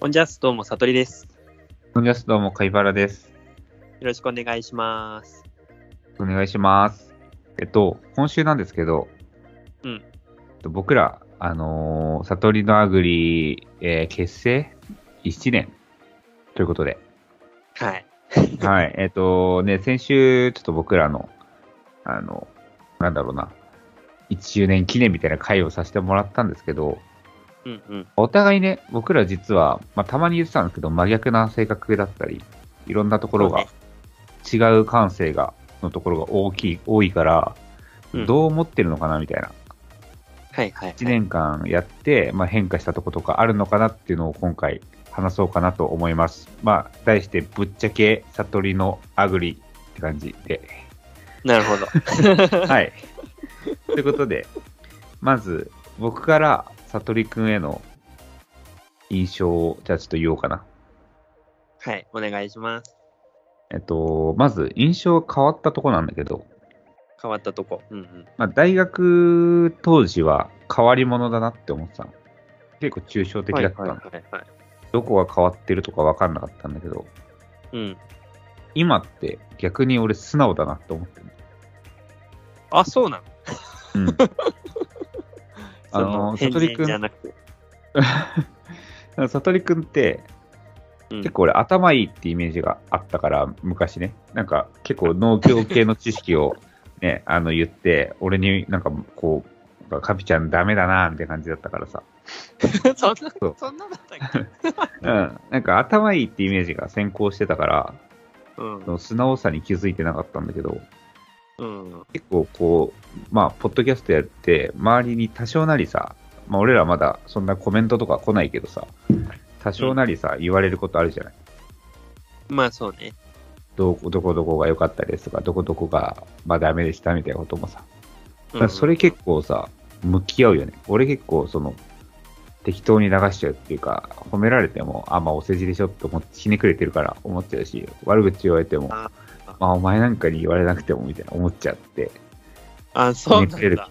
オンジャスどうも、さとりです。こんにちは、どうも、貝原です。よろしくお願いします。お願いします。えっと、今週なんですけど、うんえっと僕ら、あのー、悟りのアグリ、えー結成1年ということで、はい。はい、えっと、ね、先週、ちょっと僕らの、あの、なんだろうな、1周年記念みたいな会をさせてもらったんですけど、うんうん。お互いね、僕ら実は、まあ、たまに言ってたんですけど、真逆な性格だったり、いろんなところが、違う感性が、のところが大きい、多いから、うんどう思ってるのかなみたいな。はいはい、はい。 1年間やって、まあ、変化したとことかあるのかなっていうのを今回話そうかなと思います。まあ、題して、ぶっちゃけ悟りのアグリって感じ で。なるほど。 はい。ということで、まず、僕から悟りくんへの印象を、じゃあちょっと言おうかな。はい、お願いします。えっと、まず、印象変わったとこなんだけど、変わったとこ。うんうん。まあ、大学当時は変わり者だなって思ってたの。結構抽象的だったの。はいはいはい、はい。どこが変わってるとか分かんなかったんだけど、うん。今って逆に俺素直だなって 思ってる。あ、そうなのうん、あのそさとりくんじゃなくて。さとりくんってうん結構俺頭いいってイメージがあったから、昔ね。なんか結構農業系の知 識をね、あの言って、俺になんかこう、カピちゃんダメだなみたいな感じだったからさ。 そんな そう、そんなだったっ けうん。なんか頭いいってイメージが先行してたから、うん。の素直さに気づいてなかったんだけど、うん。結構こう、まあ、ポッドキャストやって、周りに多少なりさ、まあ、俺らまだそんなコメントとか来ないけどさ、多少なりさ、言われることあるじゃない。まあそうね。どこどこどこが良かったですとか、どこどこが、まあ、ダメでしたみたいなこともさ。うだからん、それ結構さ、向き合うよね。俺結構、その、適当に流しちゃうっていうか、褒められても、あ、まあ、お世辞でしょって思って、ひねくれてるから思っちゃうし、悪口言われても、あまあ、お前なんかに言われなくてもみたいな思っちゃって、あ、そうな見てんるだ。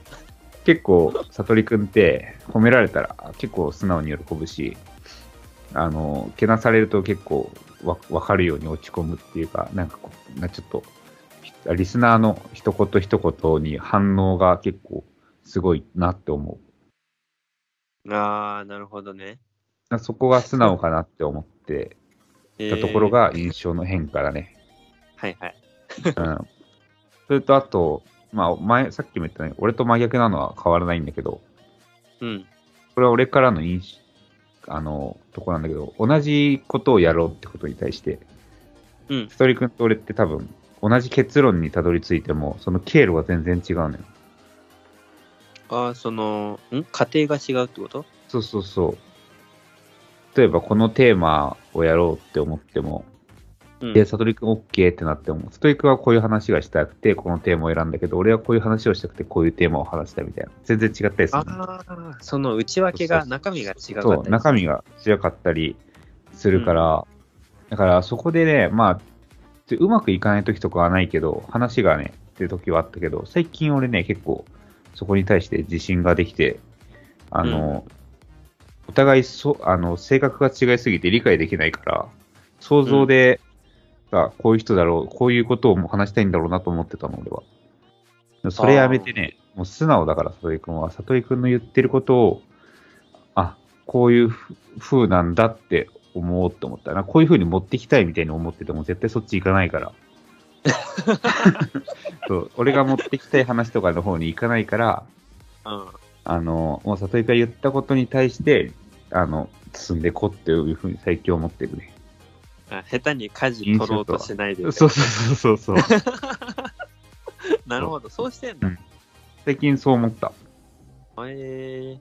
結構、悟りくんって褒められたら結構素直に喜ぶし、あの、けなされると結構わわかるように落ち込むっていうか、なんかこう、なちょっと、ひリスナーの一言一言に反応が結構すごいなって思う。ああ、なるほどね。なそこが素直かなって思ってえたところ、が印象の変化だね。はいはい。うん。それとあと、まあ前、さっきも言ったね、俺と真逆なのは変わらないんだけど、うん。これは俺からの印象、あの、とこなんだけど、同じことをやろうってことに対して、うんストリ君と俺って多分、同じ結論にたどり着いても、その経路が全然違うのよ。ああ、その、ん家庭が違うってことそうそうそう。例えば、このテーマをやろうって思っても、うん。で、悟りくん OK ってなっても、悟りくんはこういう話がしたくて、このテーマを選んだけど、俺はこういう話をしたくて、こういうテーマを話したみたいな。全然違ったりするの。ああ、その内訳が、そうそうそう中身が違かったりすそるう、中身が強かったりするから、だからそこでね、まあ、でうまくいかない時とかはないけど、話がね、っていう時はあったけど、最近俺ね、結構そこに対して自信ができて、あの、お互いそあの性格が違いすぎて理解できないから、想像で、さこういう人だろう、こういうことをもう話したいんだろうなと思ってたの、俺は。それやめてね、もう素直だから、悟りくんは。悟りくんの言ってることを、あ、こういうふ風なんだって思おうと思ったな。こういう風に持ってきたいみたいに思ってても絶対そっち行かない から。そう俺が持ってきたい話とかの方に行かないから、うん。あの、もう悟りが言ったことに対して、あの、進んでこっていう風に最近思ってるね。あ下手に舵取ろうとしないでね。そうそうそうそうそう。なるほど、そうしてんだ。うん 最近そう思った。え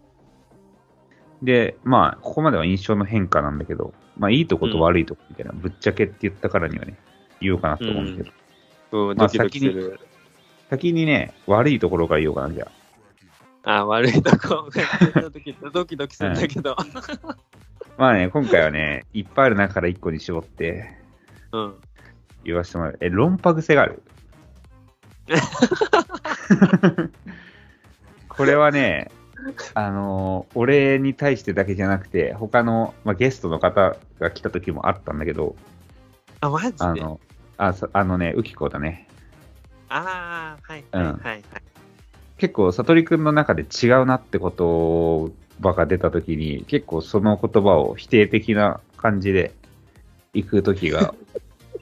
ー、で、まあ、ここまでは印象の変化なんだけど、まあ、いいとこと悪いとこみたいな、ぶっちゃけって言ったからにはね、言おうかなと思うんだけど、そうまドあキドキする。先にね、悪いところから言おうかな、じゃあ。あ、悪いとこ ドキドキするんだけど。まあね、今回は ね、いっぱいある中から一個に絞ってうん。言わせてもらう。え、論破癖 がある。これはね、あのー俺に対してだけじゃなくて、他の、まあ、ゲストの方が来た時もあったんだけど、あ、マジであの、あそあのね、ウキコだね。ああ、はい、はい、はい、はい。結構、悟りくんの中で違うなって言葉が出た時に、結構その言葉を否定的な感じで行く 時が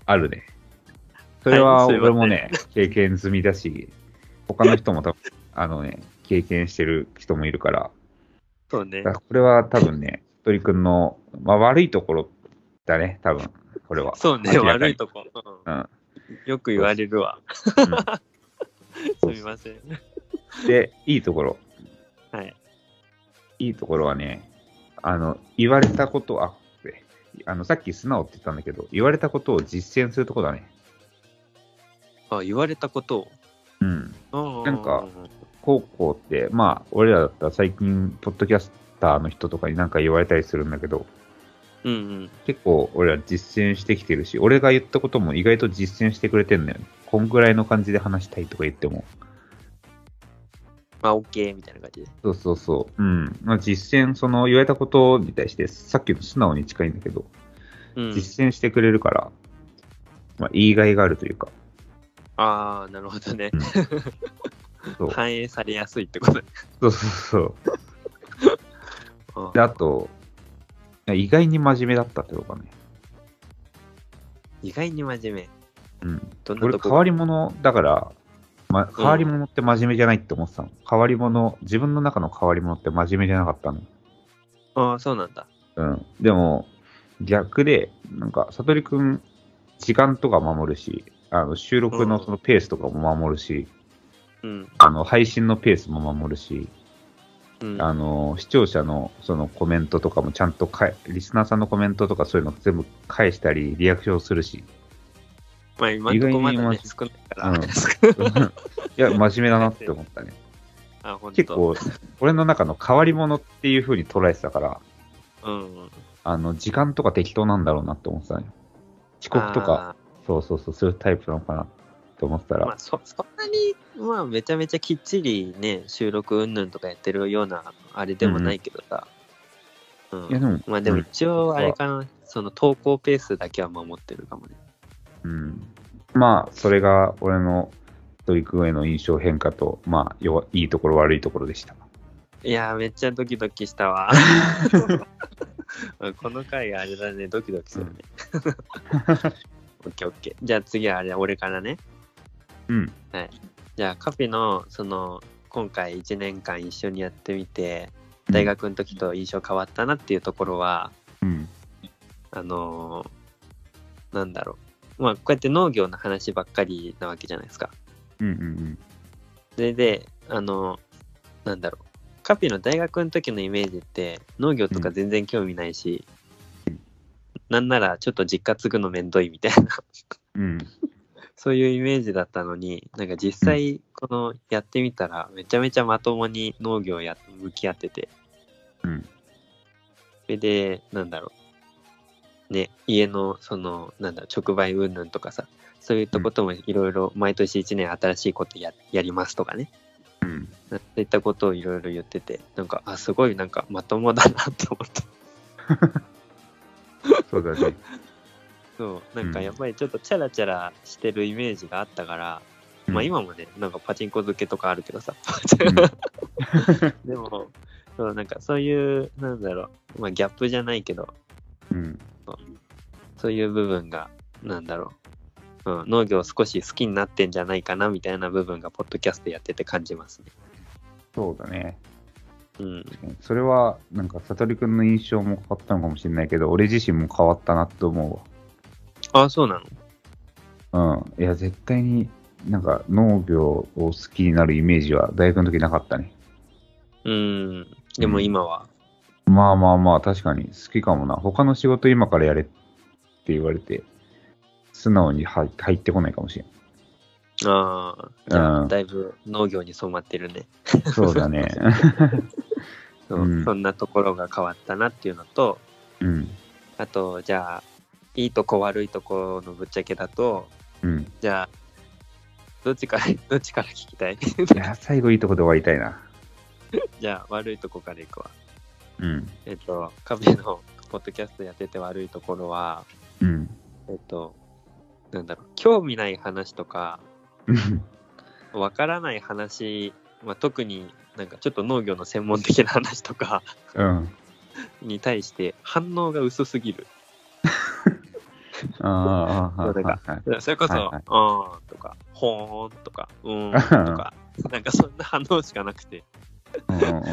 あるね。それははいすいませ俺んもね、経験済みだし、他の人も多分、あのね、経験してる人もいるから、そうねだか。らこれは多分ね、鳥くんの、まあ、悪いところだね、多分これは。そうね、明らか悪にいとこ。ううんんよく言われるわ。 すみません。で、いいところ。はい。いいところはね、あの、言われたこと、あって、あの、さっき素直って言ったんだけど、言われたことを実践するとこだね。あ、言われたことうん。を。なんか、高校って、まあ、俺らだったら最近、ポッドキャスターの人とかになんか言われたりするんだけど、うんうん。結構俺ら実践してきてるし、俺が言ったことも意外と実践してくれてんだよね。こんぐらいの感じで話したいとか言っても。まあ、OK みたいな感じで。そうそうそう。うん。まあ、実践、その言われたことに対して、さっきの素直に近いんだけど、うん。実践してくれるから、まあ、言いがいがあるというか、ああ、なるほどね。そう反映されやすいってことね。そうそうそう。うんで、あと、いや意外に真面目だったってことかね。意外に真面目。うん。どんな俺、とこ変わり者だから、ま、変わり者って真面目じゃないって思ってたの。変わり者、自分の中の変わり者って真面目じゃなかったの。ああ、そうなんだ。うん。でも、逆で、なんか、悟りくん、時間とか守るし、あの収録のそのペースとかも守るし、うん。あの配信のペースも守るし、うん。あの視聴者のそのコメントとかもちゃんとかえリスナーさんのコメントとかそういうの全部返したり、リアクションするし、まあ、今のとこまだね、意少ないから。うんうん いや、真面目だなって思ったね。 あ、ほんと結。構、俺の中の変わり者っていう風に捉えてたから、うん。あの時間とか適当なんだろうなって思ってたね。遅刻とあか、そうそうそう、そういうタイプなのかなって思ってたー。まらあ、、そそんなに、まあ、めちゃめちゃきっちりね、収録うんぬんとかやってるような、あれでもないけどさ。うんいや、でも、まあでも一応あれかな、その投稿ペースだけは守ってるかもね。うん、まあ、それが俺の取り組への印象変化と、まあ、よいいところ、悪いところでした。いやーめっちゃドキドキしたわ。この回あれだね、ドキドキするね。オッケーオッケー。じゃあ次はあれ、俺からね。うん。じゃあカフェの、その、今回1年間一緒にやってみて、大学の時と印象変わったなっていうところは、うん。あのーなんだろう。まあこうやって農業の話ばっかりなわけじゃないですか。うんうんそれで、あの、なんだろう。カピの大学の時のイメージって、農業とか全然興味ないし、なんならちょっと実家継ぐのめんどいみたいな、 うん。うん。そういうイメージだったのに、なんか実際、この、やってみたら、めちゃめちゃまともに農業や、向き合ってて、うん。それで、なんだろう。ね、家の、その、なんだろう、直売云々とかさ、そういうとこともいろいろ、毎年1年新しいことややりますとかね。うん。そういったことをいろいろ言ってて、なんか、あ、すごいなんかまともだなって思った。そうだね。そう、なんかやっぱりちょっとチャラチャラしてるイメージがあったから、 まあ今もね、なんかパチンコ漬けとかあるけどさ。 でも、そうなんかそういう、なんだろう、まあギャップじゃないけど、うん。そういう部分が、なんだろう、うん、農業少し好きになってんじゃないかなみたいな部分が、ポッドキャストやってて感じますね。そうだね。うん。それは、なんか、悟りくんの印象も変わったのかもしれないけど、俺自身も変わったなと思あ、そうなのうわ。うん。いや、絶対に、なんか、農業を好きになるイメージは大学の時なかったね。うん。でも今は、まあまあまあ、確かに好きかもな。他の仕事今からやれって言われて、素直に入入ってこないかもしれん。ああ、じゃうあんだいぶ農業に染まってるね。そうだね。そううんそんなところが変わったなっていうのと、うん。あと、じゃあ、いいとこ悪いとこのぶっちゃけだと、うん。じゃあ、どっちから、どっちから聞きたい いや、最後いいとこで終わりたいな。じゃあ、悪いとこからいくわ。うん。えっと、カビのポッドキャストやってて悪いところは、うん。 えっと、なんだろう、興味ない話とか、わからない話、まあ、特になんかちょっと農業の専門的な話とかうん。に対して反応が薄すぎる。ああ、はいはいはい。それこそ、はいはいうーんとか、ほーんとか、う ーんとか、なんかそんな反応しかなくて、うんうんうん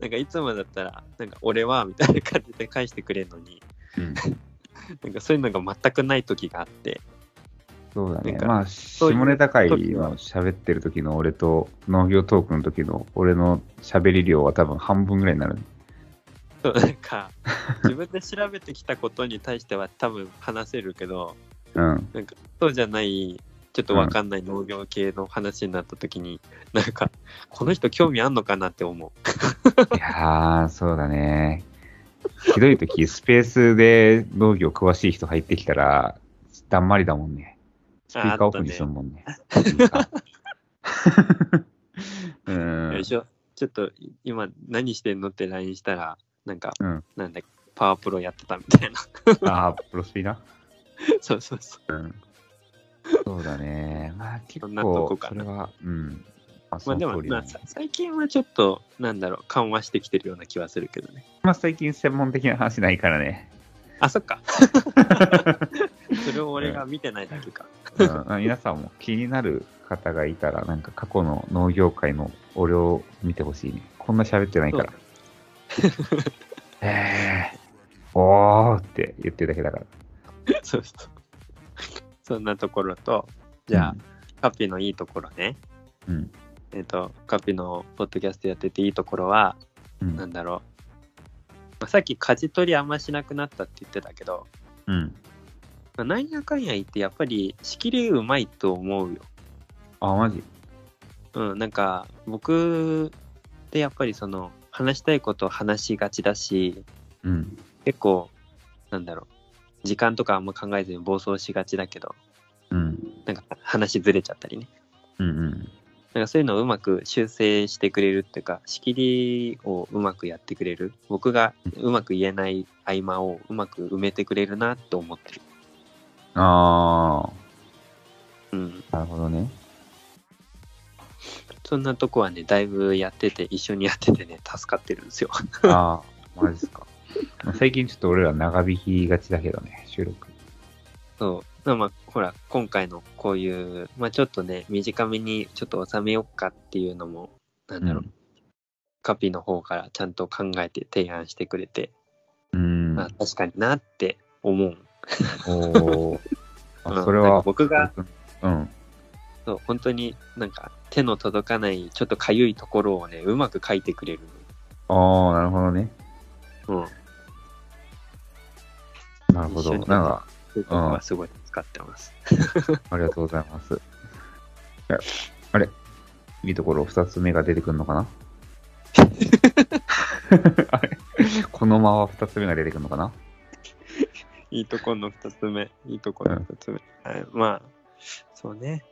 なんかいつもだったら、なんか俺はみたいな感じで返してくれるのに、うんなんかそういうのが全くない時があって、そうだねなん。かまあ、ういう下ネタ会時はの喋ってる時の俺と農業トークの時の俺の喋り量は多分半分ぐらいになる。そうなん か自分で調べてきたことに対しては多分話せるけど、 うん。なんかそうじゃない、ちょっとわかんない農業系の話になった時に、なんか、この人興味あんのかなって思う。いやー、そうだね。ひどい時、スペースで農業詳しい人入ってきたら、だんまりだもんね。スピーカーオフにするもんね。スピーカ ーうん。よいしょ。ちょっと今何してんのって LINE したら、なんか、うんなんだっけパワープロやってたみたいな。 ああ、プロスピな。そうそうそう。そうだね。まあ結そんなとこ構、かそなれは、うん。まあ、そまあのでも、通りだまねあ、さ最近はちょっと、なんだろう、緩和してきてるような気はするけどね。まあ最近専門的な話ないからね。あ、そっ か。それを俺が見てないだけか。うん、皆さんも気になる方がいたら、なんか過去の農業界の俺を見てほしいね。こんな喋ってないから。えー、おーって言ってるだけだから。そうそう。そんなところと、じゃあ、カピのいいところね。うん。えっ、と、カピのポッドキャストやってていいところは、うなんん。だろう。まあ、さっき舵取りあんましなくなったって言ってたけど、うん。まあ、なんやかんや言ってやっぱり仕切りうまいと思うよ。あ、マジうん、なんか僕ってやっぱりその話したいことを話しがちだし、うん。結構、なんだろう。時間とかあんま考えずに暴走しがちだけど、うん。なんか話ずれちゃったりね。うんうん。なんかそういうのをうまく修正してくれるっていうか、仕切りをうまくやってくれる。僕がうまく言えない合間をうまく埋めてくれるなって思ってる。あうん。ー、なるほどね。そんなとこはね、だいぶやってて、一緒にやっててね、助かってるんですよ。あー、マジっすか。まあ最近ちょっと俺ら長引きがちだけどね、収録。そう。まあまあ、ほら、今回のこういう、まあちょっとね、短めにちょっと収めようかっていうのも、なんだろう、カピの方からちゃんと考えて提案してくれて、うん。あ確かになって思う。 おー。うあ、んそれなんかは。僕が、うん。そう、本当になんか手の届かない、ちょっとかゆいところをね、うまく書いてくれる。ああ、なるほどね。うん。なるほ一緒ど。になんか、そういうとこはすごい使ってます。ありがとうございます。いやあれいいところ、二つ目が出てくる のかなあれこのまま二つ目が出てくるのかないいとこの二つ目、いいとこの二つ目。はい、まあ、そうね。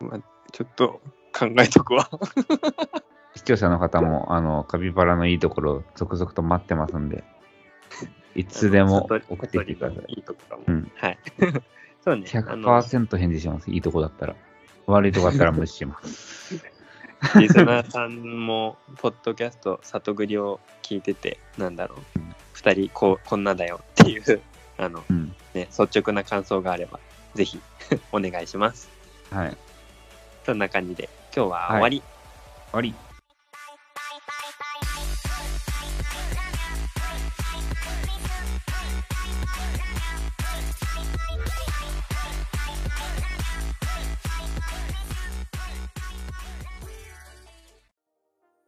まあ、ちょっと考えとくわ。視聴者の方も、あの、カピバラのいいところ、続々と待ってますんで、いつでもあの送ってきてください。いいとこだもん。うんはい。 そうね。あの、 100%返事します。いいとこだったら。悪いとこだったら無視し ます。リスナーさんも、ポッドキャスト、里栗を聞いてて、なんだろううん。二人、こう、こんなだよっていう、 あの、うん。ね、率直な感想があれば、ぜひ、 お願いします。はい。終そんな感じで、今日は終わり。わり。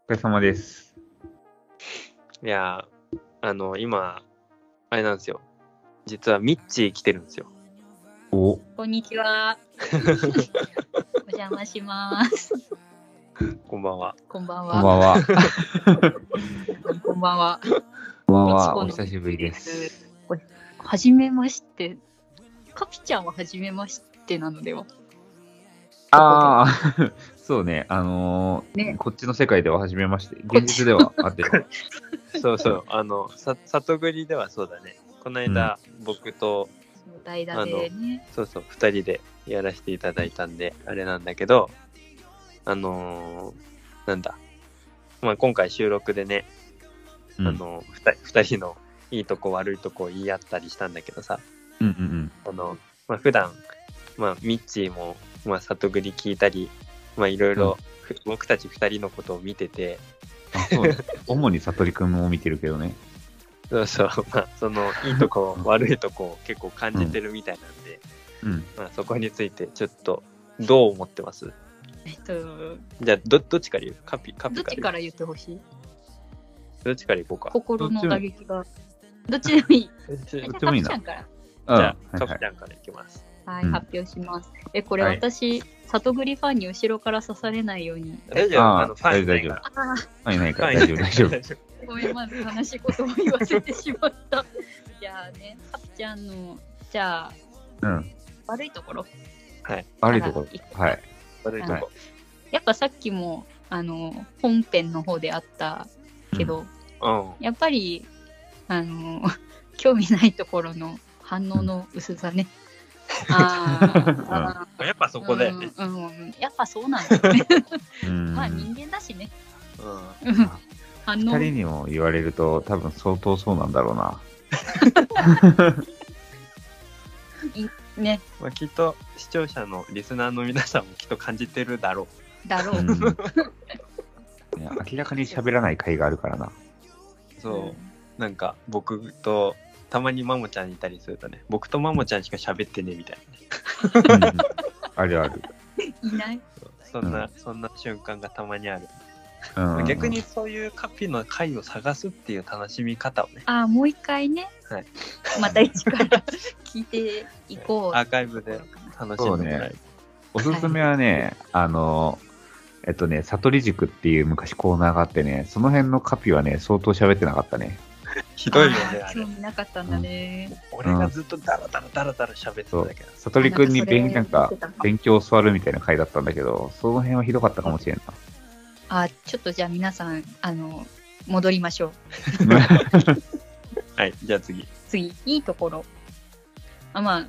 お疲れ様です。い、やー、あの、今、あれなんですよ。実は、ミッチー来てるんですよ。おこんにちは。お邪魔します。こんばんは。こんばんこんは。ばんは。こんばんは。こんばんはは。お久しぶりです。はじめまして。カピちゃんははじめましてなのでは。ああ、 そうね、あのーねこっちの世界では初めまして、現実ではあって る。そうそう、あの、さ里栗ではそうだね。この間、僕と、そう代打でね。そうそう、二人でやらせていただいたんで、あれなんだけど、あのーなんだ。まあ、今回収録でね、うんあの、二人二人のいいとこ悪いとこを言い合ったりしたんだけどさ、うんうんあの、まあ、普段、まあ、ミッチーも、まあ、里栗聞いたり、まあ、いろいろ、ふ僕たち二人のことを見てて、あそう ね主に悟りくんも見てるけどね。そうそう、まあ、その、いいとこ、悪いとこを結構感じてるみたいなんで、うん。まあ、そこについて、ちょっと、どう思ってますえっと、じゃあ、ど、どっちから言うカピ、カどピからっち言うから言ってほしいどっちから行こうか。心の打撃が。どっちでもいい。じどっちもいいなあじゃあカピちゃあ、カピちゃあはいはいゃんから。んから行きます。はい、うん発表します。え、これはい私、里栗ファンに後ろから刺されないように。大丈夫あーあの、ファンいないから。ああ、はい、ないからファ大ンい丈夫、ない大か丈ら夫。大丈夫。ごめん、まず悲しいことを言わせてしまった。じゃあね、ハピちゃんの、じゃあ、うん。悪いところ。悪いとこあろ。はい。悪いとこ。やっぱさっきも、あの、本編の方であったけど、うん。やっぱり、あの、 興味ないところの反応の薄さね。あーあー、やっぱそこだよね。うん、うん、やっぱそうなんだよね。うん。まあ人間だしね。うん。うん 反応二人にも言われると、多分相当そうなんだろうな。ね、まあ、きっと視聴者のリスナーの皆さんもきっと感じてるだろだろうう。んいや明らかに喋らない回があるか らな。う。そう。なんか僕とたまにマモちゃんいたりするとね、僕とマモちゃんしか喋ってねえみたいなね。うんあるある。いない。そんな、そんな瞬間がたまにある。うん逆に。そういうカピの回を探すっていう楽しみ方をね、ああ、もう一回ね、はいまた一から 聞いていこう。アーカイブで楽しんでもらえる。おすすめはね、あの、えっとね、悟り塾っていう昔コーナーがあってね、その辺のカピはね、相当喋ってなかったね。ひどいよね、ああーれ興。味なかったんだね。俺がずっとダラダラダラダラ喋ってただけだ。悟りくんに勉なんかあ、なんかそれ勉強を教わるみたいな回だったんだけど、その辺はひどかったかもしれんあー、ちょっとじゃあ皆さん、あの、戻りましょう。な。 はい、じゃあ次。次、いいところ。あ、まあ、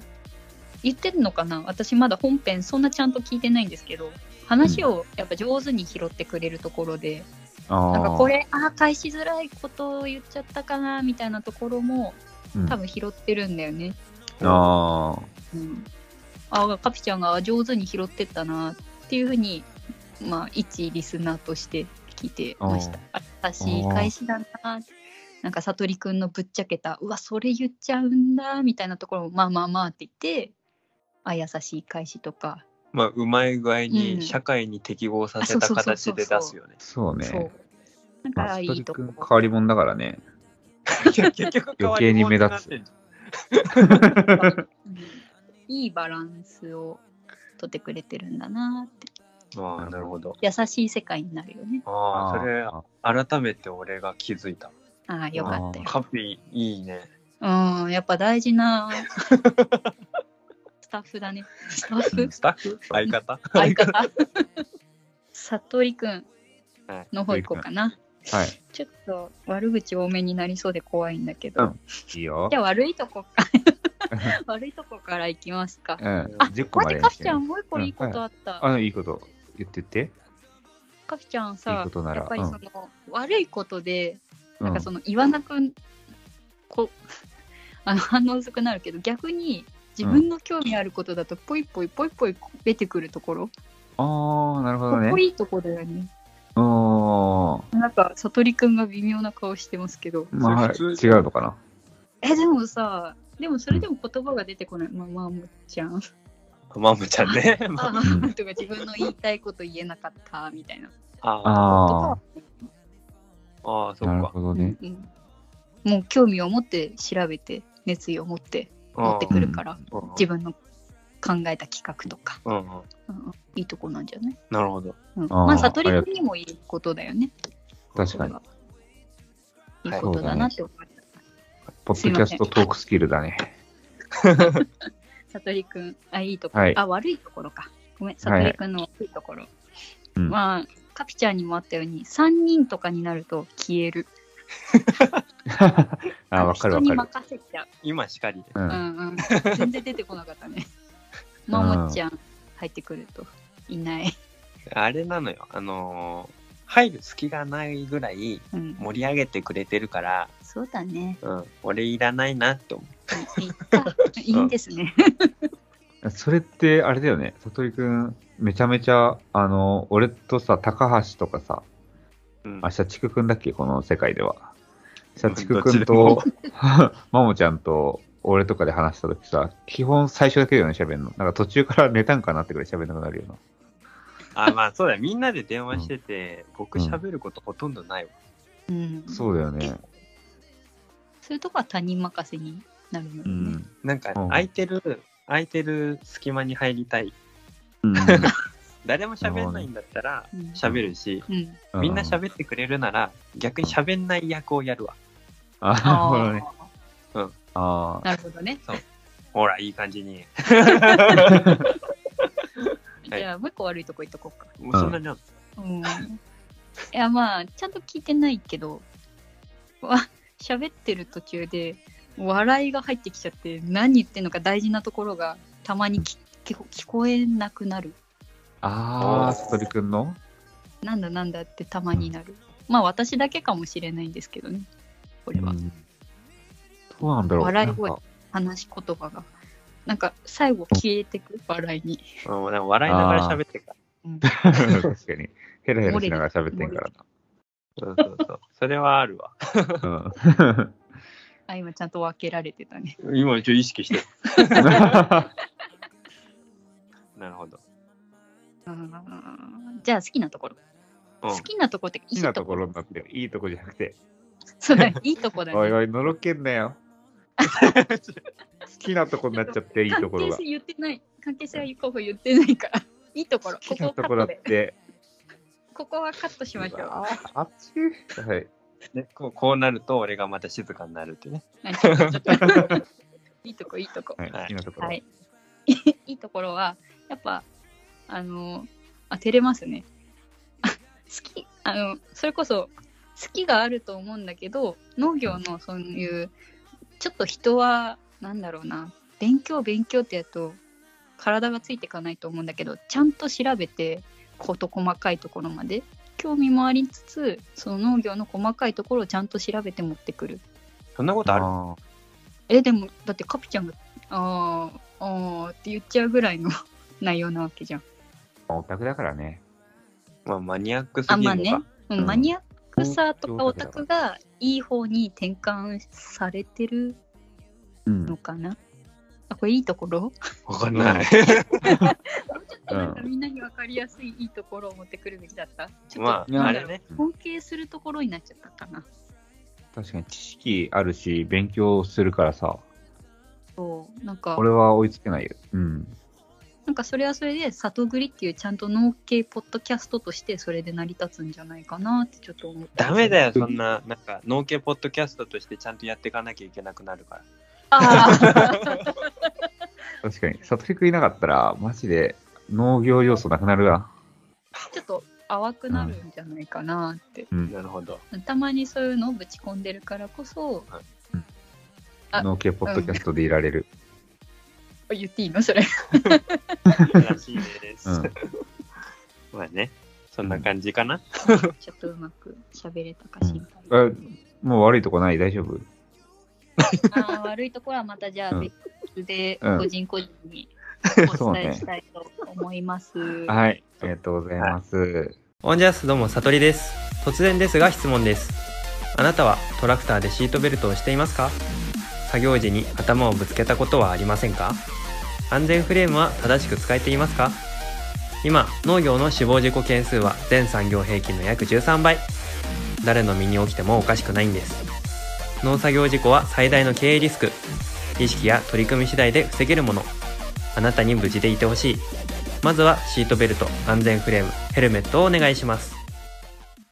言ってんのかな私まだ本編そんなちゃんと聞いてないんですけど、話をやっぱ上手に拾ってくれるところで、あなんかーこ、れ、ああ、返しづらいことを言っちゃったかな、みたいなところも、うん多分拾ってるんだよね。あーうん、あカピちゃんが上手に拾ってったなっていうふうに、まあ、一リスナーとして聞いてました。私あー返しだななんか悟りくんのぶっちゃけたうわそれ言っちゃうんだみたいなところもまあまあまあって言ってあ優しい返しとか、まあ、うまい具合うにん社会に適合させあたそうそうそ形うそうで出すよね。そうね。そうなんまかあ、いストいリとこ君変わり者だからね。いや結局余計に目立つ変わり者になってんじうんいいバランスを取ってくれてるんだなってゃんああ、なるほど。優しい世界になるよねああ、それ、あ改めて俺が気づいた。ああよかったよカピいいね。うん、やっぱ大事 なスタッフだね。スタッフスタッフ相方相方。 さとりくんの方行こうかな。ーはい。ちょっと悪口多めになりそうで怖いんだけうどん。いいよじゃ。あ悪いとこ か。悪いとこから行きますかう。ん。あ10個まで待っにて、カしフてちねゃん、もう一個いいことあった。あ、いいこと言ってって。カフちゃんいいさこと、ならやっぱりその、悪いことで、うなんかその言わなくこ あの反応薄くなるけど逆に自分の興味あることだとポイポイポイポイ出てくるところ、ああ、なるほどこねこ。いいとこだよねうーん。なんかさとりくんが微妙な顔してますけどまあ、はいそれ普違通うのかな。えでもさでもそれでも言葉が出てこない、まあまあもっちゃんマムちゃんね。 あーとか自分の言いたいこと言えなかったみたいなあとかあはあ、ああそあ、なっるか。ほどね。うん、もう興味を持って調べて熱意を持って持ってくるから、うん自分の考えた企画とか、うんうんうん、いいとこなんじゃないなるほど。うん、あーまあ、悟り君にもいいことだよね。確かに。これはいいことだなって思った。ポッドキャストトークスキルだね。悟り君、あ、いいところ、はいあ、悪いところか。ごめん、はい悟り君の悪いところ。うんまあ、カピちゃんにもあったように、3人とかになると消える。 あ、わかるわか人にる。任せちゃう。今しかりでう。うんんうん。全然出てこなかった ね。まもちゃん入ってくると、いない。あれなのよ。あのー入る隙がないぐらいうん。盛り上げてくれてるから、そうだね。うん、俺いらないなって思う。いっ かいいんですね。それって、あれだよね。さとりくん、めちゃめちゃ、あの、俺とさ、高橋とかさ、うんあ、社畜くんだっけこの世界では。社畜どっくちんでもと、 マモちゃんと、俺とかで話したときさ、基本最初だけだよね、喋るの。なんか途中からネタんかなってくらい喋んなくなるよな。あ、まあそうだよ、みんなで電話してて、僕喋ることほとんどないわ。うん。そうそうだよね。いうとこは他人任せになるのようね。ん。なんかうん空いてる、空いてる隙間に入りたい。うん誰も喋んないんだったらうん喋るし、うん。 みんな喋ってくれるなら逆に喋んない役をやるわ。あ、なるほどね。ああーなるほどね。ほら、いい感じに。 はいじゃあ、もう一個悪いとこ言っとこうか。もうそんなになる うん。いや、まあ、ちゃんと聞いてないけど、わ、喋ってる途中で、笑いが入ってきちゃって、何言ってんのか大事なところが、たまにき聞こ聞こえなくなる。あおー、ーさとりくんのなんだなんだってたまになる。まあ、私だけかもしれないんですけどね。これは。うんどうなんだろう。笑い声なんか話し言葉が。なんか、最後消えてく、笑いに。うんでも笑いながら喋ってるか。うん、確かに。ヘラヘラしながら喋ってんからそうそうそう。それはあるわ。らな。あ、今ちゃんと分けられてたね。今一応意識してる。 うなるほど。うんじゃあ、好きなところ。うん好きなところって、ん。いいいいとなことろころになってる。いいとこじゃなくて。そうだ、いいとこだね。おいおい、のろけんな よ。好きなとこになっちゃって、いいところが関係性。言ってない。関係性はここ言ってないから。いいところ。好こきなことカこッろトっで。て。ここはカットしましょう。ああっちはい。ね、こうこうなると俺がまた静かになるってね。はいちょっとちょっといいとこ、いいとこ。はい、好きなところ。はい。 いいところは、やっぱ、あの、あ、照れますね。好き、あの、それこそ、好きがあると思うんだけど、農業のそういう、ちょっと人は、なんだろうな、勉強、勉強ってやると、体がついていかないと思うんだけど、ちゃんと調べて、事細かいところまで、興味もありつつ、その農業の細かいところをちゃんと調べて持ってくる。そんなことあるあえでもだってカピちゃんが「あーあー」って言っちゃうぐらいの 内容なわけじゃん。ーオタクだからね。まあマニアックすあぎまあるのねか。、うんうんマニアックさとかそうオタクがいい方に転換されてるうんのかな。あこれいいところわかんない。うんなんかみんなに分かりやすいいいところを持ってくるべきだった。ちょっとまいやああれね。尊敬するところになっちゃったかな。確かに知識あるし、勉強するからさ、そうなんか俺は追いつけないよ。うん。なんかそれはそれで「里栗」っていうちゃんと農系ポッドキャストとしてそれで成り立つんじゃないかなってちょっと思った。ダメだよ、そんな、なんか、農系ポッドキャストとしてちゃんとやっていかなきゃいけなくなるから。あー確かに、悟りくんいなかったら、マジで農業要素なくなるな。ちょっと淡くなるんじゃないかなって、うん。なるほど。たまにそういうのをぶち込んでるからこそあ農系ポッドキャストでいられる。言っていいのそれ らしいです。うん まあね、そんな感じかな。 ちょっとうまく喋れたか心配、うんえもう悪いとこない大丈夫あー悪いところはまたじゃあうん別でうん個人個人にそおう伝えねし。たいと思います、はい。ありがとうございます。オンジャースどうも、さとりです。突然ですが質問です。あなたはトラクターでシートベルトをしていますか作業時に頭をぶつけたことはありませんか安全フレームは正しく使えていますか今、農業の死亡事故件数は全産業平均の約13倍。誰の身に起きてもおかしくないんです。農作業事故は最大の経営リスク。意識や取り組み次第で防げるもの。あなたに無事でいてほしい。まずはシートベルト、安全フレーム、ヘルメットをお願いします。